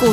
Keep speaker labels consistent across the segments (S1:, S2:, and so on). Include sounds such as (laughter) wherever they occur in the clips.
S1: 股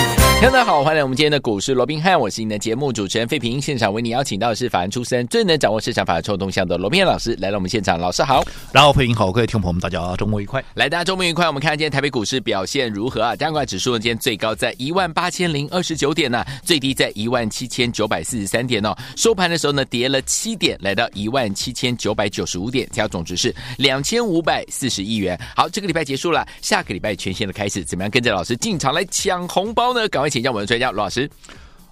S2: 大家好，欢迎来我们今天的股市罗宾汉，我是你的节目主持人费平。现场为你邀请到的是法案出身、最能掌握市场法的臭动向的罗宾汉老师来到我们现场，老师好。
S3: 然后，配音好，各位听众朋友们，大家周末愉快。
S2: 来，大家周末愉快。我们看今天台北股市表现如何啊？加权指数呢，今天最高在一万八千零二十九点呢、啊最低在一万七千九百四十三点哦。收盘的时候呢，跌了七点，来到一万七千九百九十五点，加总值是两千五百四十亿元。好，这个礼拜结束了，下个礼拜全新的开始，怎么样跟着老师进场来抢红包呢？赶快请教我们的专家罗老师。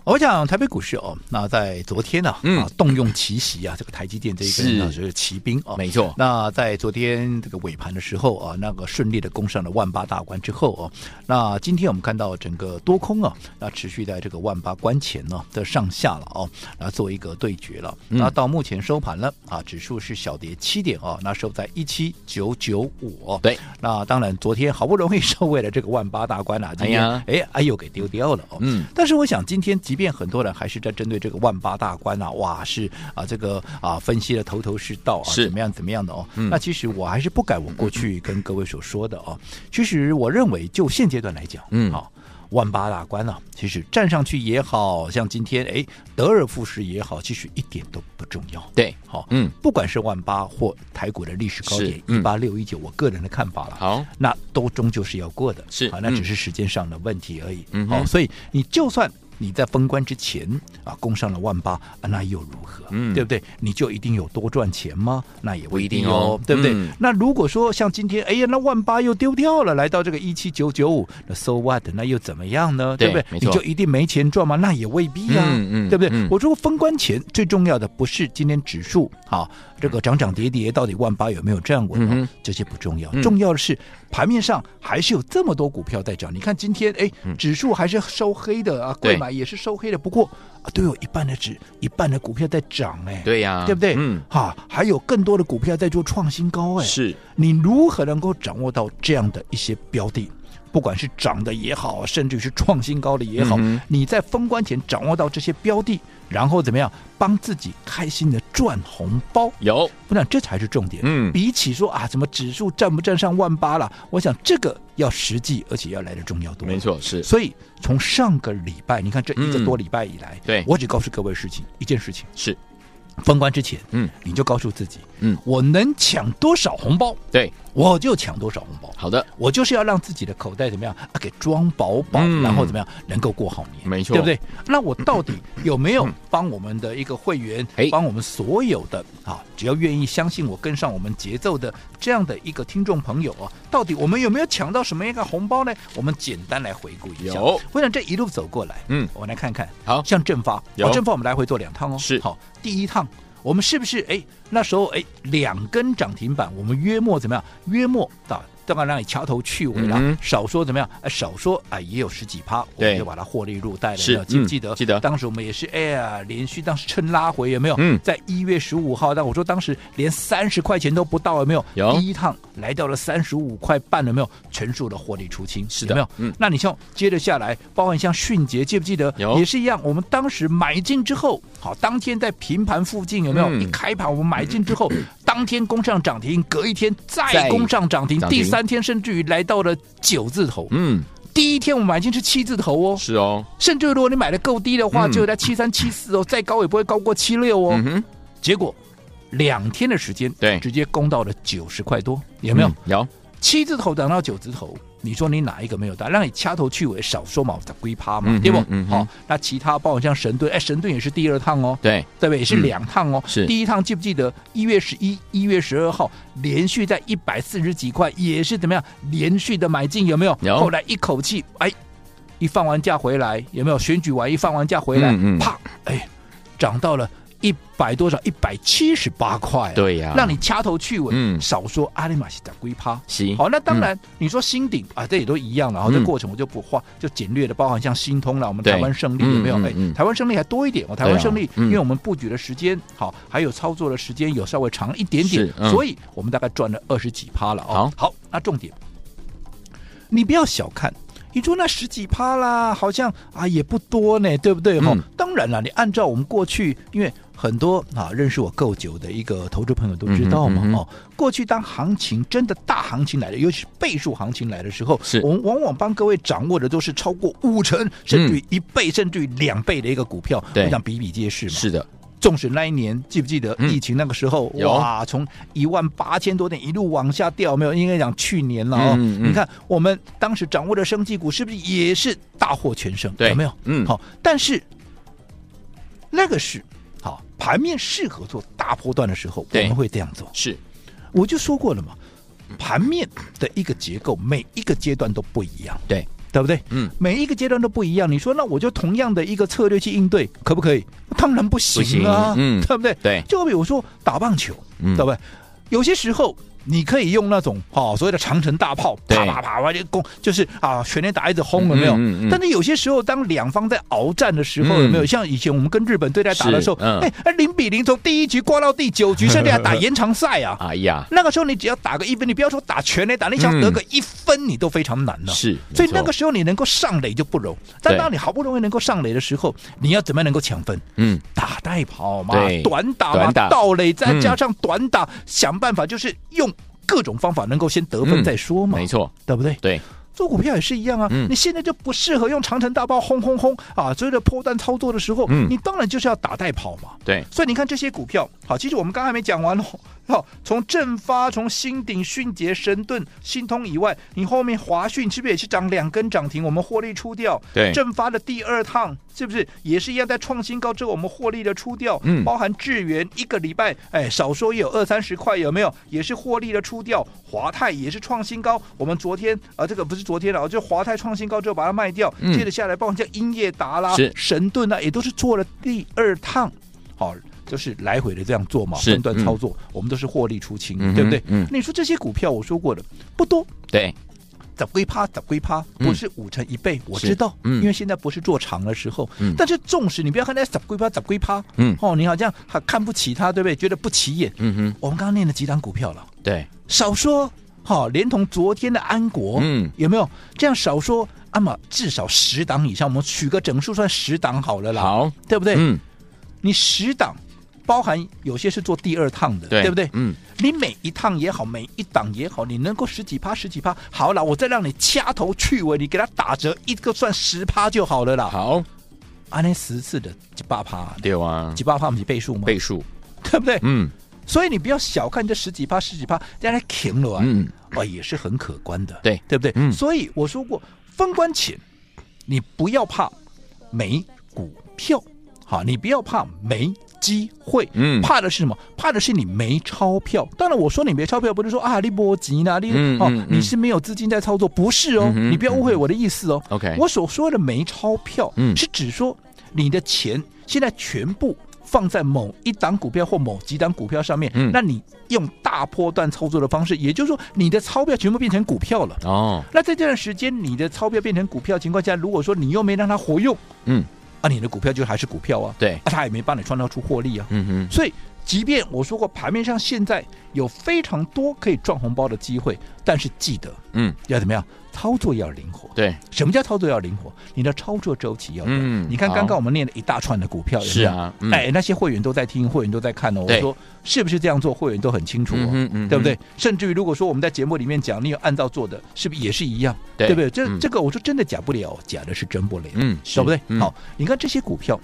S3: 我讲台北股市哦，那在昨天呢、啊，
S2: 嗯
S3: 动用奇袭啊，这个台积电这一根呢
S2: 是
S3: 就是骑兵哦，
S2: 没错
S3: 那在昨天这个尾盘的时候啊，那个顺利的攻上了万八大关之后哦，那今天我们看到整个多空啊，那持续在这个万八关前呢、的上下了哦，那做一个对决了。
S2: 嗯
S3: 那到目前收盘了啊，指数是小跌七点哦，那收在一七九九五。
S2: 对，
S3: 那当然昨天好不容易收为了这个万八大关啊，
S2: 哎
S3: 今天
S2: 呀
S3: 哎哎呦给丢掉了哦。
S2: 嗯，
S3: 但是我想，今天即便很多人还是在针对这个万八大关啊，哇，是啊，这个啊分析的头头是道啊，
S2: 是
S3: 怎么样怎么样的哦。
S2: 嗯
S3: 那其实我还是不改我过去跟各位所说的哦。其实我认为，就现阶段来讲，
S2: 嗯
S3: 好、万八大关啊，其实站上去也好像今天哎得而复失也好，其实一点都不重要。
S2: 对，
S3: 好、
S2: 嗯，
S3: 不管是万八或台股的历史高点
S2: 是
S3: 一
S2: 嗯
S3: 八六一九，我个人的看法了。
S2: 好，
S3: 那都终究是要过的，
S2: 是
S3: 啊，那
S2: 嗯
S3: 只是时间上的问题而已。
S2: 嗯
S3: 好、
S2: 哼
S3: 所以你就算你在封关之前啊攻上了万八、啊，那又如何？
S2: 嗯
S3: 对不对？你就一定有多赚钱吗？那也
S2: 不一定
S3: 哦，
S2: 哦
S3: 对不对？
S2: 嗯
S3: 那如果说像今天，哎呀，那万八又丢掉了，来到这个一七九九五，那 so what？那又怎么样呢？
S2: 对
S3: 不对？
S2: 没
S3: 你
S2: 错
S3: 就一定没钱赚吗？那也未必呀、
S2: 嗯嗯
S3: 对不对？
S2: 嗯
S3: 我说封关前最重要的不是今天指数好，这个涨涨跌跌到底万八有没有站稳、哦
S2: 嗯哼
S3: 这些不重要，
S2: 嗯
S3: 重要的是盘面上还是有这么多股票在涨。你看今天，哎，指数还是收黑的啊，
S2: 嗯对
S3: 贵买也是收黑的，不过啊，都有一半的指一半的股票在涨，哎，
S2: 对呀、
S3: 对不对？
S2: 嗯，
S3: 哈，还有更多的股票在做创新高，哎，
S2: 是，
S3: 你如何能够掌握到这样的一些标的？不管是涨的也好，甚至于是创新高的也好，
S2: 嗯哼
S3: 你在封关前掌握到这些标的，然后怎么样帮自己开心的赚红包？
S2: 有，
S3: 我想这才是重点。
S2: 嗯
S3: 比起说啊，什么指数站不站上万八了，我想这个要实际，而且要来的重要多。
S2: 没。错，是，
S3: 所以从上个礼拜，你看这一个多礼拜以来，
S2: 对
S3: 我只告诉各位事情一件事情：
S2: 是，
S3: 封关之前，
S2: 嗯，
S3: 你就告诉自己，
S2: 嗯，
S3: 我能抢多少红包，
S2: 对，
S3: 我就抢多少红包。
S2: 好的，
S3: 我就是要让自己的口袋怎么样啊，给装饱饱，
S2: 嗯
S3: 然后怎么样能够过好年，
S2: 没错嗯
S3: 对不对？那我到底有没有帮我们的一个会员，
S2: 哎
S3: 帮我们所有的啊，只要愿意相信我、跟上我们节奏的这样的一个听众朋友啊，到底我们有没有抢到什么样的红包呢？我们简单来回顾一下。
S2: 有，
S3: 我想这一路走过来，
S2: 嗯
S3: 我们来看看，
S2: 好
S3: 像正发，
S2: 有
S3: 哦正发我们来回做两趟哦，
S2: 是
S3: 好，第一趟。我们是不是哎那时候哎两根涨停板，我们约莫怎么样？约莫啊，大概让你掐头去尾了，
S2: 嗯哼
S3: 少说怎么样？哎，少说啊也有十几趴，我
S2: 对
S3: 们就把它获利入袋了。
S2: 是
S3: 有没有记不
S2: 嗯
S3: 记得？
S2: 记得
S3: 当时我们也是哎呀，连续当时趁拉回有没有？
S2: 嗯
S3: 在一月十五号，但我说当时连三十块钱都不到有没有？
S2: 有
S3: 第一趟来到了三十五块半有没有？全数的获利出清，
S2: 是
S3: 有
S2: 的
S3: 没有？
S2: 嗯
S3: 那你像接着下来，包含像迅捷，记不记得？
S2: 有
S3: 也是一样。我们当时买进之后，好，当天在平盘附近有没有？
S2: 嗯
S3: 一开盘我们买进之后， (coughs) 当天攻上涨停，隔一天再攻上涨停，
S2: 再涨停
S3: 第三天甚至于来到了九字头。
S2: 嗯，
S3: 第一天我们买进是七字头哦，
S2: 是哦，
S3: 甚至于如果你买的够低的话，
S2: 嗯
S3: 就在七三七四哦，再高也不会高过七六哦。
S2: 嗯哼，
S3: 结果两天的时间，
S2: 对嗯
S3: 直接攻到了九十块多，有
S2: 有
S3: 没有？？
S2: 有，
S3: 七字头涨到九字头，你说你哪一个没有打？让你掐头去尾，少说嘛，我才龟趴嘛，
S2: 嗯哼
S3: 对不？好、
S2: 嗯哼
S3: 那其他包括像神盾，哎，神盾也是第二趟哦，
S2: 对，
S3: 对不对？也是两趟哦。
S2: 是
S3: 第一趟记不记得一月十一、一月十二号连续在一百四十几块，也是怎么样连续的买进，有没有？
S2: 有
S3: 后来一口气，哎，一放完假回来，有没有？选举完一放完假回来，
S2: 嗯嗯
S3: 啪，哎，涨到了一百多少一百七十八块、啊，
S2: 对呀
S3: 让你掐头去尾，
S2: 嗯
S3: 少说阿里玛西达龟趴，
S2: 行
S3: 好，那当然、你说新鼎啊，这也都一样了，然后这过程我就不花，就简略的包含像新通了，我们
S2: 嗯对
S3: 台湾胜利
S2: 嗯
S3: 有没有？
S2: 嗯
S3: 哎、
S2: 嗯
S3: 台湾胜利还多一点，哦我台湾胜利、
S2: 嗯
S3: 因为我们布局的时间好，还有操作的时间有稍微长一点点
S2: 是，嗯
S3: 所以我们大概赚了二十几趴了哦。好，那重点，你不要小看。你说那十几趴啦，好像啊也不多呢，对不对？哈、
S2: 嗯
S3: 当然了，你按照我们过去，因为很多啊认识我够久的一个投资朋友都知道
S2: 嗯
S3: 嘛，
S2: 哼嗯哼
S3: 哦，过去当行情真的大行情来的，尤其是倍数行情来的时候，
S2: 是嗯
S3: 我们往往帮各位掌握的都是超过五成，甚至于一倍，甚至于两倍的一个股票，
S2: 对
S3: 我想比比皆是嘛。
S2: 嗯是的，
S3: 纵使那一年记不记得
S2: 嗯
S3: 疫情那个时候，
S2: 有
S3: 哇，从一万八千多点一路往下掉，没有？应该讲去年了哦。
S2: 嗯嗯嗯
S3: 你看我们当时掌握的生技股是不是也是大获全胜？
S2: 对
S3: 有没有？
S2: 嗯
S3: 好，但是那个是好盘面适合做大波段的时候，我
S2: 对
S3: 们会这样做。
S2: 是
S3: 我就说过了嘛，盘面的一个结构，每一个阶段都不一样，
S2: 对，
S3: 对不对？
S2: 嗯，
S3: 每一个阶段都不一样。你说那我就同样的一个策略去应对，可不可以？当然不行啊，
S2: 不行嗯
S3: 对不对？
S2: 对
S3: 就比如说打棒球，
S2: 嗯
S3: 对不对？有些时候。你可以用那种哦，所谓的长城大炮，
S2: 对
S3: 啪啪啪啪就攻，就是啊，全力打一直轰，有没有？
S2: 嗯嗯嗯
S3: 但是有些时候，当两方在鏖战的时候，有没有？
S2: 嗯
S3: 像以前我们跟日本队在打的时候，
S2: 是嗯！
S3: 哎、零比零从第一局挂到第九局，甚至还打延长赛啊
S2: 哎呀，
S3: 那个时候你只要打个一分，你不要说打全垒打，你想得个一分你都非常难了。
S2: 是没
S3: 所以那
S2: 错
S3: 个时候你能够上垒就不容。但
S2: 对
S3: 当你好不容易能够上垒的时候，你要怎么样能够抢分？
S2: 嗯，
S3: 打带跑嘛
S2: 对，
S3: 短打嘛，
S2: 短打
S3: 倒垒再
S2: 嗯
S3: 加上短打，想办法就是用各种方法能够先得分
S2: 嗯
S3: 再说嘛，
S2: 没错，
S3: 对不对？
S2: 对，
S3: 做股票也是一样啊，
S2: 嗯
S3: 你现在就不适合用长城大炮轰轰轰啊，所有的破蛋操作的时候，
S2: 嗯
S3: 你当然就是要打带跑嘛。
S2: 对，
S3: 所以你看这些股票，好，其实我们刚才还没讲完哦。 (laughs) 好，从正发、从新鼎、迅捷、神盾、新通以外，你后面华讯是不是也是涨两根涨停？我们获利出掉。
S2: 对
S3: 正发的第二趟是不是也是一样在创新高之后，我们获利的出掉？
S2: 嗯
S3: 包含智源一个礼拜，哎，少说也有二三十块，有没有？也是获利的出掉。华泰也是创新高，我们昨天啊、这个不是昨天了，就华泰创新高之后把它卖掉，
S2: 嗯
S3: 接着下来包含像英业达啦
S2: 是、
S3: 神盾啊，也都是做了第二趟。好，就是来回的这样做嘛，
S2: 是嗯
S3: 分段操作，我们都是获利出清，
S2: 嗯哼
S3: 对不对？
S2: 嗯
S3: 那你说这些股票，我说过了，不多。
S2: 对，
S3: 怎归趴，怎归趴，
S2: 嗯
S3: 不是五成一倍，我
S2: 是
S3: 知道，
S2: 嗯
S3: 因为现在不是做长的时候。
S2: 嗯
S3: 但是纵使你不要看那怎归趴，怎归趴，
S2: 嗯
S3: 哦，你好像还看不起它，对不对？觉得不起眼。
S2: 嗯哼，
S3: 我们刚刚念了几档股票了，
S2: 对，
S3: 少说，好、连同昨天的安国，
S2: 嗯
S3: 有没有这样少说？那么至少十档以上，我们取个整数算十档好了啦，
S2: 好，
S3: 对不对？
S2: 嗯，
S3: 你十档，包含有些是做第二趟的，
S2: 对
S3: 不对？
S2: 嗯，
S3: 你每一趟也好，每一档也好，你能够十几趴、十几趴，好了，我再让你掐头去尾，你给它打折一个算十趴就好了啦。
S2: 好，
S3: 按那十次的几八趴，
S2: 对啊，
S3: 几八趴不是倍数吗？
S2: 倍数，
S3: 对不对？
S2: 嗯
S3: 所以你不要小看这十几趴、十几趴，让它停了啊，
S2: 嗯，
S3: 哦，也是很可观的，
S2: 对
S3: 对不对？
S2: 嗯
S3: 所以我说过，封关前你不要怕没股票，好，你不要怕没机会，
S2: 嗯
S3: 怕的是什么？怕的是你没钞票。当然，我说你没钞票，不是说啊，你波及呢，你、
S2: 嗯
S3: 哦
S2: 嗯，
S3: 你是没有资金在操作，不是哦，
S2: 嗯哼
S3: 你不要误会我的意思哦。
S2: OK
S3: 我所说的没钞票，
S2: 嗯
S3: 是指说你的钱现在全部。放在某一档股票或某几档股票上面，
S2: 嗯
S3: 那你用大波段操作的方式，也就是说，你的钞票全部变成股票了。
S2: 哦，
S3: 那在这段时间，你的钞票变成股票的情况下，如果说你又没让它活用，
S2: 嗯，
S3: 啊，你的股票就还是股票啊，
S2: 对
S3: 啊，它也没帮你创造出获利啊。
S2: 嗯哼，
S3: 所以，即便我说过盘面上现在有非常多可以赚红包的机会，但是记得
S2: 嗯，
S3: 要怎么样，操作要灵活。
S2: 对，
S3: 什么叫操作要灵活？你的操作周期要短。
S2: 嗯
S3: 你看刚
S2: 好
S3: 刚我们念了一大串的股票，有没有
S2: 是啊嗯
S3: 哎，那些会员都在听，会员都在看哦。我
S2: 对
S3: 说是不是这样做？会员都很清楚哦，
S2: 嗯哼嗯哼
S3: 对不对？甚至于如果说我们在节目里面讲，你有按照做的，是不是也是一样？
S2: 对
S3: 不对？这、
S2: 嗯
S3: 这个我说真的假不了，假的是真不了，
S2: 嗯
S3: 对不对？
S2: 嗯
S3: 好，你看这些股票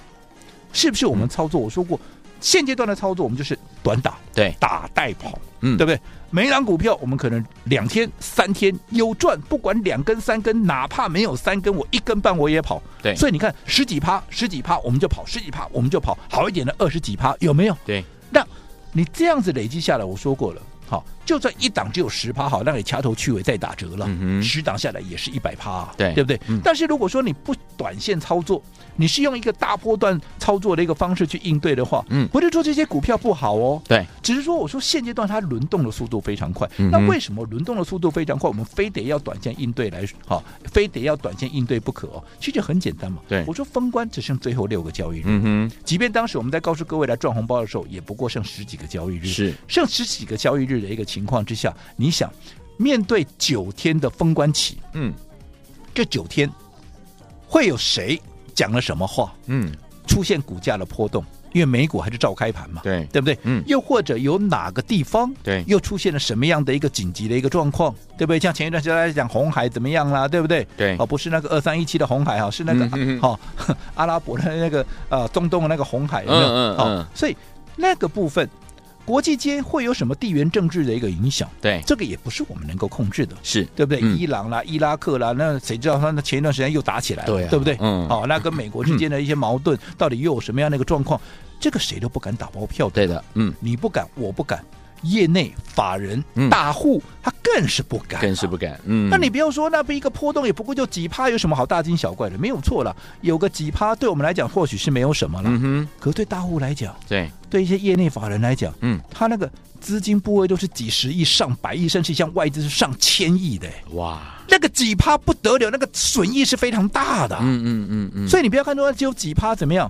S3: 是不是我们操作？我说过，现阶段的操作我们就是短打，
S2: 对，
S3: 打带跑，
S2: 嗯
S3: 对不对？每一档股票我们可能两天、三天有赚，不管两根、三根，哪怕没有三根，我一根半我也跑。
S2: 对
S3: 所以你看十几趴、十几趴我们就跑，十几趴我们就跑，好一点的二十几趴有没有？
S2: 对，
S3: 那你这样子累积下来，我说过了，好，就算一档只有十趴好，那你掐头去尾再打折了
S2: 嗯，哼
S3: 十、档下来也是一百趴啊，
S2: 对
S3: 对不对、
S2: 嗯
S3: 但是如果说你不短线操作，你是用一个大波段操作的一个方式去应对的话，
S2: 嗯
S3: 不是说这些股票不好哦，
S2: 对，
S3: 只是说我说现阶段它轮动的速度非常快，
S2: 嗯哼
S3: 那为什么轮动的速度非常快，我们非得要短线应对来好、非得要短线应对不可哦？其实很简单嘛，
S2: 对
S3: 我说封关只剩最后六个交易日，
S2: 嗯
S3: 即便当时我们在告诉各位来赚红包的时候，也不过剩十几个交易日，
S2: 哼，是，
S3: 剩十几个交易日的一个情况之下，你想面对九天的封关期，
S2: 嗯
S3: 这九天会有谁讲了什么话，
S2: 嗯，
S3: 出现股价的波动？因为美股还是照开盘嘛，
S2: 对
S3: 对不对？
S2: 嗯
S3: 又或者有哪个地方
S2: 对
S3: 又出现了什么样的一个紧急的一个状况，对不对？像前一段时间大家讲红海怎么样啦，对不对？
S2: 对
S3: 哦，不是那个二三一七的红海哈，是那个
S2: 嗯哼哼
S3: 哦呵 (laughs) 阿拉伯的那个呃中东的那个红海，有没有
S2: 嗯嗯嗯
S3: 哦，所以那个部分。国际间会有什么地缘政治的一个影响？
S2: 对
S3: 这个也不是我们能够控制的，
S2: 是，
S3: 对不对？
S2: 嗯
S3: 伊朗啦、伊拉克啦，那谁知道他那前一段时间又打起来了，
S2: 对啊
S3: 对不对？
S2: 嗯
S3: 好、那跟美国之间的一些矛盾，到底又有什么样的一个状况？这个谁都不敢打包票的，
S2: 对的，嗯，
S3: 你不敢，我不敢，业内法人、
S2: 嗯
S3: 大户他更是不敢、啊
S2: 更是不。敢，嗯，
S3: 那你不要说，那不一个波动也不过就几趴，有什么好大惊小怪的？没有错了，有个几趴对我们来讲或许是没有什么了，
S2: 嗯哼，
S3: 可对大户来讲，
S2: 对，
S3: 对一些业内法人来讲，
S2: 嗯，
S3: 他那个资金部位都是几十亿、上百亿，甚至像外资是上千亿的，哎
S2: 哇，
S3: 那个几趴不得了，那个损益是非常大的啊。
S2: 嗯嗯嗯嗯，
S3: 所以你不要看说只有几趴怎么样，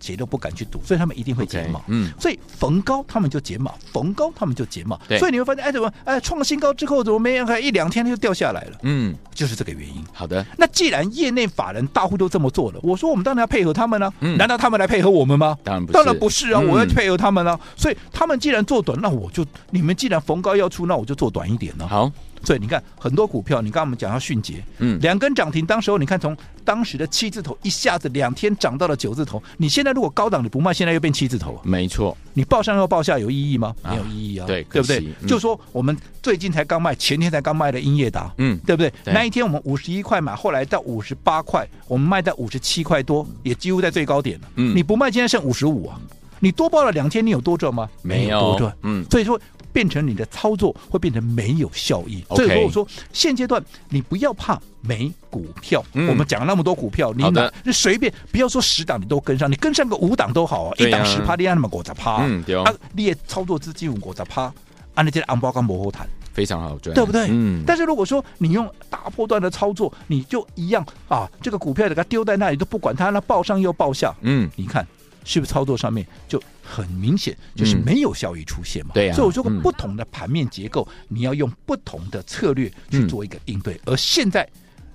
S3: 谁都不敢去赌，所以他们一定会减
S2: OK，
S3: 码。
S2: 嗯，
S3: 所以逢高他们就减码，逢高他们就减码
S2: 对。
S3: 所以你会发现，哎，怎么哎创新高之后怎么没人看？一两天就掉下来了，
S2: 嗯，
S3: 就是这个原因。
S2: 好的，
S3: 那既然业内法人大户都这么做了，我说我们当然要配合他们呢、
S2: 嗯
S3: 难道他们来配合我们吗？
S2: 当然不是，
S3: 当然不是啊，
S2: 嗯
S3: 我要配合他们啊。所以他们既然做短，那我就你们既然逢高要出，那我就做短一点呢、
S2: 好，
S3: 所以你看很多股票，你刚刚我们讲到迅捷，
S2: 嗯，
S3: 两根涨停，当时候你看从当时的七字头一下子两天涨到了九字头，你现在如果高档你不卖，现在又变七字头啊，
S2: 没错，
S3: 你报上又报下有意义吗？
S2: 啊
S3: 没有意义啊，
S2: 对
S3: 对不
S2: 可
S3: 对
S2: 惜？嗯
S3: 就说我们最近才刚卖，前天才刚卖的英业达，
S2: 嗯，
S3: 对不对？
S2: 对
S3: 那一天我们五十一块买，后来到五十八块，我们卖到五十七块多，也几乎在最高点了。
S2: 嗯
S3: 你不卖，今天剩五十五啊，你多报了两天，你有多赚吗？
S2: 没
S3: 多
S2: 有
S3: 赚，，
S2: 嗯，
S3: 所以说变成你的操作会变成没有效益。
S2: OK
S3: 所以说我说现阶段你不要怕没股票，
S2: 嗯
S3: 我们讲了那么多股票，你
S2: 好的
S3: 哪你随便不要说十档你都跟上，你跟上个五档都好啊，
S2: 对
S3: 一
S2: 呀
S3: 档十趴，你按那么五十趴，
S2: 嗯对哦
S3: 啊，你的操作资金有五十趴。按你这个红包跟不好谈，
S2: 非常好赚，
S3: 对不对？
S2: 嗯，
S3: 但是如果说你用大波段的操作，你就一样啊，这个股票给它丢在那里都不管它，那报上又报下，
S2: 嗯，
S3: 你看是不是操作上面就很明显，就是
S2: 嗯
S3: 没有效益出现嘛？
S2: 对啊
S3: 所以我说过
S2: 嗯
S3: 不同的盘面结构，你要用不同的策略去
S2: 嗯
S3: 做一个应对。而现在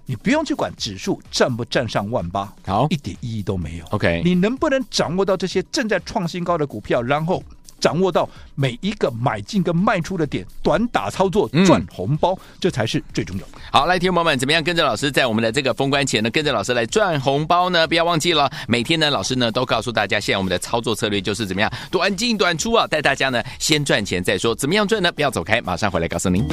S3: 你不用去管指数站不站上万八，
S2: 好
S3: 一点意义都没有。
S2: ，OK，
S3: 你能不能掌握到这些正在创新高的股票，然后？掌握到每一个买进跟卖出的点，短打操作
S2: 嗯
S3: 赚红包，这才是最重要的。
S2: 好，来，听众朋友们，怎么样跟着老师在我们的这个封关前呢，跟着老师来赚红包呢？不要忘记了，每天呢，老师呢都告诉大家，现在我们的操作策略就是怎么样短进短出啊，带大家呢先赚钱再说，怎么样赚呢？不要走开，马上回来告诉您。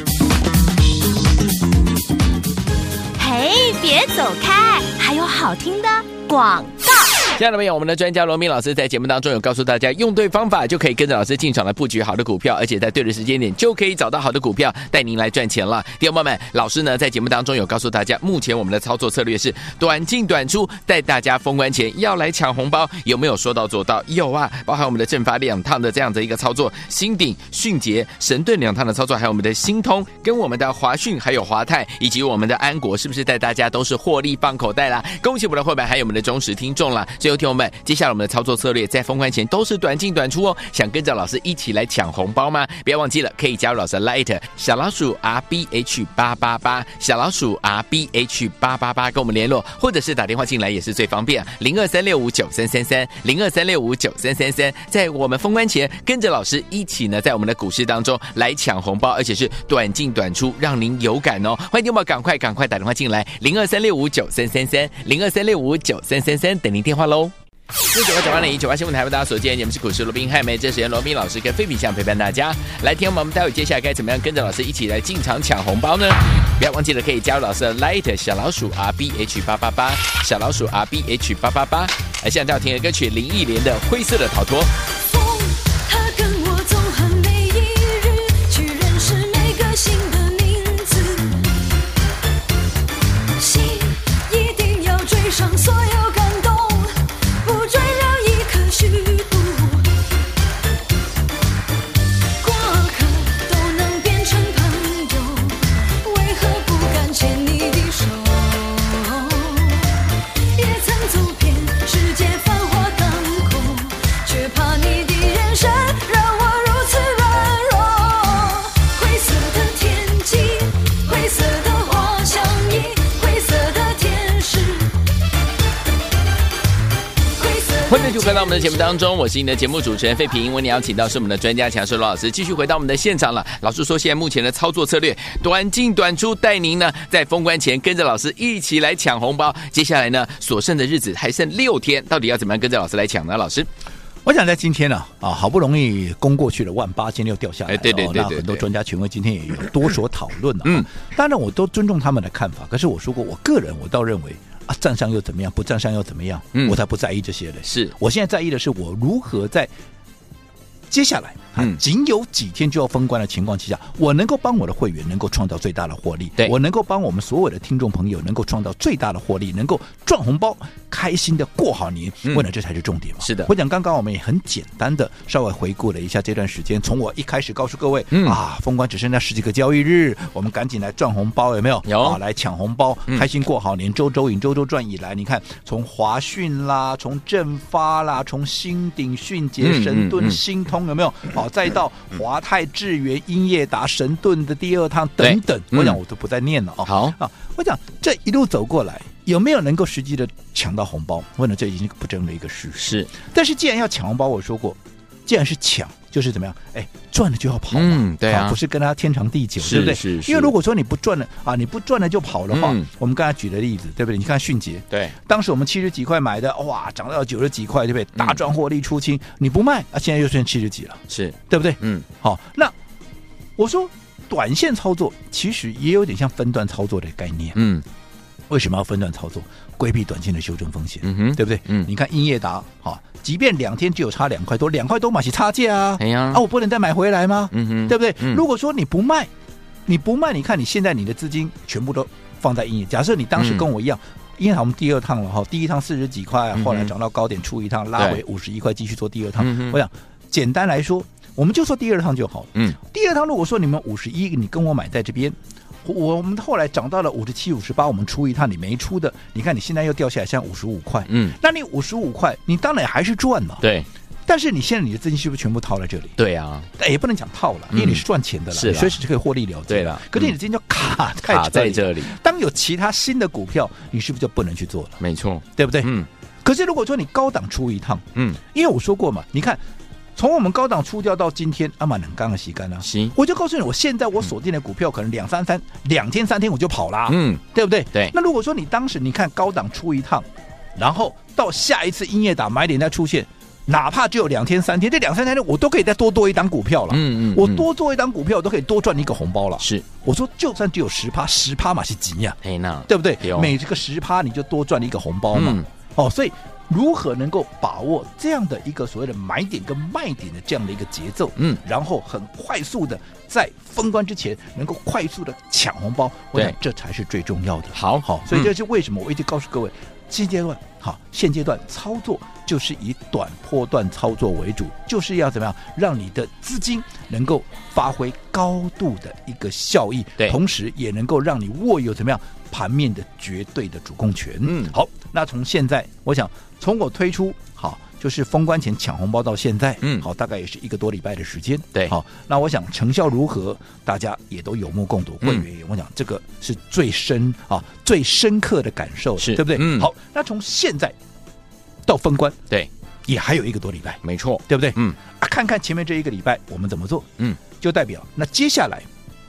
S1: 嘿，别走开，还有好听的广告。
S2: 亲爱的朋友我们的专家罗明老师在节目当中有告诉大家，用对方法就可以跟着老师进场来布局好的股票，而且在对的时间点就可以找到好的股票，带您来赚钱了。弟兄们们，老师呢在节目当中有告诉大家，目前我们的操作策略是短进短出，带大家封关前要来抢红包，有没有说到做到？有啊，包含我们的正法两趟的这样的一个操作，新鼎、迅捷、神盾两趟的操作，还有我们的新通跟我们的华讯还有华泰以及我们的安国，是不是带大家都是获利放口袋啦？恭喜我们的会员还有我们的忠实听众啦！最后听我们，接下来我们的操作策略在封关前都是短进短出哦。想跟着老师一起来抢红包吗？不要忘记了，可以加入老师的 Light 小老鼠 R B H 八八八，小老鼠 R B H 八八八跟我们联络，或者是打电话进来也是最方便，零二三六五九三三三，零二三六五九三三三，在我们封关前跟着老师一起呢，在我们的股市当中来抢红包，而且是短进短出，让您有感哦。欢迎听众朋友赶快赶快打电话进来，零二三六五九三三三，零二三六五九三三三，等您电话喽。四九八九八零一九八新闻台为大家所见，你们是股市罗宾汉梅，这时间罗宾老师跟费比相陪伴大家。来，听我们待会接下来该怎么样跟着老师一起来进场抢红包呢？不要忘记了，可以加入老师的 Light 小老鼠 R B H 八八八，小老鼠 R B H 八八八。而现在要听的歌曲林忆莲的《灰色的逃脱》。
S4: 风，它跟我纵横每一日，去认识那
S2: 欢迎就回到我们的节目当中，我是你的节目主持人费平。为你邀请到是我们的专家强硕罗老师，继续回到我们的现场了。老师说，现在目前的操作策略，短进短出，带您呢在封关前跟着老师一起来抢红包。接下来呢，所剩的日子还剩六天，到底要怎么样跟着老师来抢呢？老师，
S3: 我想在今天呢、啊，好不容易攻过去了万八，今天又掉下来了、哦
S2: 哎对对对对
S3: 那
S2: 对
S3: 很多专家权威今天也有多所讨论了、
S2: 嗯，
S3: 当然我都尊重他们的看法，可是我说过，我个人我倒认为啊，站上又怎么样，不站上又怎么样，
S2: 嗯
S3: 我才不在意这些嘞。
S2: 是
S3: 我现在在意的是我如何在接下来啊
S2: 嗯
S3: 仅有几天就要封关的情况之下，我能够帮我的会员能够创造最大的获利
S2: 对，
S3: 我能够帮我们所有的听众朋友能够创造最大的获利，能够赚红包，开心的过好年
S2: 嗯，
S3: 为了这才是重点嘛。
S2: 是的
S3: 我讲刚刚我们也很简单的稍微回顾了一下这段时间，从我一开始告诉各位
S2: 嗯
S3: 啊，封关只剩下十几个交易日，我们赶紧来赚红包，有没有？
S2: 有
S3: 啊，来抢红包
S2: 嗯，
S3: 开心过好年，周周赢，周周赚以来，你看从华讯啦，从正发啦，从新鼎、迅捷、
S2: 嗯
S3: 神
S2: 嗯嗯
S3: 盾、新通有没有？
S2: 嗯
S3: 哦，再到华泰、智源、英业达、神盾的第二趟等等，
S2: 对嗯
S3: 我想我都不再念了哦。
S2: 好，
S3: 啊，我讲这一路走过来，有没有能够实际的抢到红包？问了，这已经不争的一个事实。
S2: 是，
S3: 但是既然要抢红包，我说过，既然是抢，就是怎么样？哎，赚了就要跑嘛，
S2: 嗯对啊
S3: 好不是跟他天长地久，
S2: 是
S3: 对不对？
S2: 是是
S3: 因为如果说你不赚了啊，你不赚了就跑的话，
S2: 嗯
S3: 我们刚才举的例子，对不对？你看迅捷，
S2: 对，
S3: 当时我们七十几块买的，哇，涨到九十几块，对不对？
S2: 嗯
S3: 大赚获利出清，你不卖啊，现在又剩七十几了，
S2: 是，
S3: 对不对？
S2: 嗯，
S3: 好，那我说短线操作其实也有点像分段操作的概念。
S2: 嗯，
S3: 为什么要分段操作？规避短线的修正风险，
S2: 嗯哼
S3: 对不对？
S2: 嗯
S3: 你看英业达，好、即便两天只有差两块多，两块多嘛是差价啊，
S2: 哎呀
S3: 啊，我不能再买回来吗？
S2: 嗯哼
S3: 对不对？
S2: 嗯
S3: 如果说你不卖，你不卖，你看你现在你的资金全部都放在英业，假设你当时
S2: 嗯
S3: 跟我一样。因为我们第二趟了哈，第一趟四十几块
S2: 嗯哼，
S3: 后来涨到高点出一趟，拉回
S2: 对
S3: 五十一块，继续做第二趟
S2: 嗯哼。
S3: 我想简单来说，我们就说第二趟就好了。
S2: 嗯，
S3: 第二趟如果说你们五十一，你跟我买在这边，我我们后来涨到了五十七、五十八，我们出一趟你没出的，你看你现在又掉下来，现在五十五块，
S2: 嗯，
S3: 那你五十五块，你当然还是赚嘛。
S2: 对，
S3: 但是你现在你的资金是不是全部套在这里？
S2: 对啊，
S3: 哎也不能讲套了，因为
S2: 嗯
S3: 你是赚钱的了，
S2: 是啦
S3: 你随时是可以获利了结。
S2: 对啦
S3: 可是你的资金就卡在
S2: 卡在这里，
S3: 当有其他新的股票，你是不是就不能去做了？
S2: 没错，
S3: 对不对？
S2: 嗯
S3: 可是如果说你高档出一趟，
S2: 嗯，
S3: 因为我说过嘛，你看从我们高档出掉到今天，阿玛能刚的洗干啊，
S2: 行，
S3: 我就告诉你，我现在我锁定的股票可能两三三、两天三天我就跑啦、
S2: 嗯，
S3: 对不对？
S2: 对
S3: 那如果说你当时你看高档出一趟，然后到下一次音乐打买点再出现，哪怕只有两天三天，这两三天我都可以再多多一档股票了。
S2: 嗯嗯嗯
S3: 我多做一档股票，我都可以多赚你一个红包了。
S2: 是，
S3: 我说就算只有十趴，十趴嘛是急呀、
S2: 哎那，
S3: 对不对
S2: 对哦？
S3: 每这个十趴你就多赚了一个红包嘛。
S2: 嗯
S3: 哦，所以如何能够把握这样的一个所谓的买点跟卖点的这样的一个节奏？
S2: 嗯，
S3: 然后很快速的在封关之前能够快速的抢红包，我
S2: 对
S3: 想这才是最重要的。
S2: 好
S3: 好，哦所以
S2: 嗯
S3: 这是为什么我一直告诉各位，现阶段好，现阶段操作就是以短波段操作为主，就是要怎么样让你的资金能够发挥高度的一个效益，
S2: 对
S3: 同时也能够让你握有怎么样盘面的绝对的主控权。
S2: 嗯
S3: 好，那从现在，我想从我推出好。就是封关前抢红包到现在，
S2: 嗯
S3: 好，大概也是一个多礼拜的时间，
S2: 对
S3: 好，那我想成效如何，大家也都有目共睹，会
S2: 嗯
S3: 员也，我想这个是最深啊、最深刻的感受了，
S2: 是
S3: 对不对？
S2: 嗯
S3: 好，那从现在到封关
S2: 对，
S3: 也还有一个多礼拜，
S2: 没错，
S3: 对不对？
S2: 嗯
S3: 啊，看看前面这一个礼拜我们怎么做，
S2: 嗯，
S3: 就代表那接下来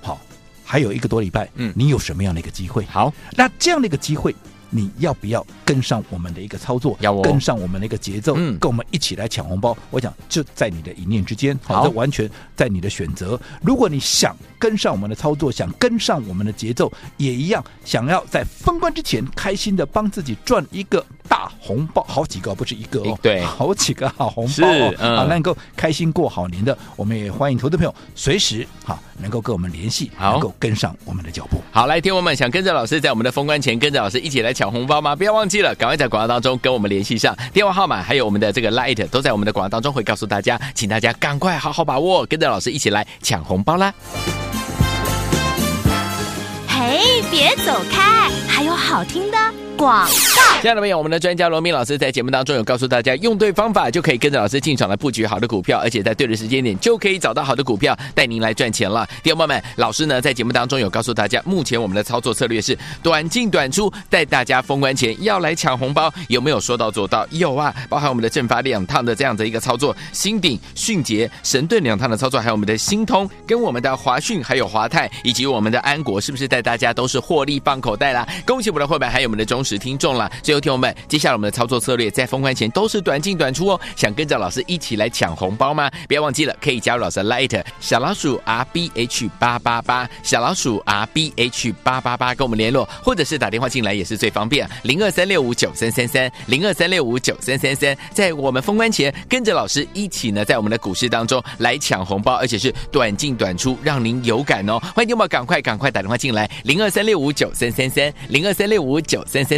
S3: 好还有一个多礼拜，
S2: 嗯
S3: 你有什么样的一个机会？
S2: 好，
S3: 那这样的一个机会，你要不要跟上我们的一个操作？
S2: 要哦
S3: 跟上我们的一个节奏，
S2: 嗯
S3: 跟我们一起来抢红包。我讲就在你的一念之间，
S2: 好
S3: 这完全在你的选择。如果你想跟上我们的操作，想跟上我们的节奏，也一样想要在封关之前开心的帮自己赚一个大红包，好几个不是一个哦
S2: 一，对
S3: 好几个好红包哦
S2: 是，嗯
S3: 啊，能够开心过好年的，我们也欢迎投资朋友随时哈能够跟我们联系，
S2: 好
S3: 能够跟上我们的脚步。
S2: 好，来，天友们想跟着老师在我们的封关前跟着老师一起来抢红包吗？不要忘记了，赶快在广告当中跟我们联系上，电话号码还有我们的这个 Light 都在我们的广告当中会告诉大家，请大家赶快好好把握，跟着老师一起来抢红包啦！
S1: 嘿，别走开，还有好听的
S5: 广。
S2: 亲爱的朋友我们的专家罗明老师在节目当中有告诉大家，用对方法就可以跟着老师进场来布局好的股票，而且在对的时间点就可以找到好的股票，带您来赚钱了。听众朋友们，老师呢在节目当中有告诉大家，目前我们的操作策略是短进短出，带大家封关前要来抢红包，有没有说到做到？有啊，包含我们的正发两趟的这样的一个操作，新鼎、迅捷、神盾两趟的操作，还有我们的新通跟我们的华讯还有华泰以及我们的安国，是不是带大家都是获利放口袋啦？恭喜我们的会员还有我们的忠实听众啦！最后听我们，接下来我们的操作策略在封关前都是短进短出哦。想跟着老师一起来抢红包吗？不要忘记了，可以加入老师的 Light 小老鼠 R B H 八八八小老鼠 R B H 八八八跟我们联络，或者是打电话进来也是最方便，零二三六五九三三三零二三六五九三三三，在我们封关前跟着老师一起呢，在我们的股市当中来抢红包，而且是短进短出，让您有感哦。欢迎我们赶快赶快打电话进来，零二三六五九三三三零二三六五九三三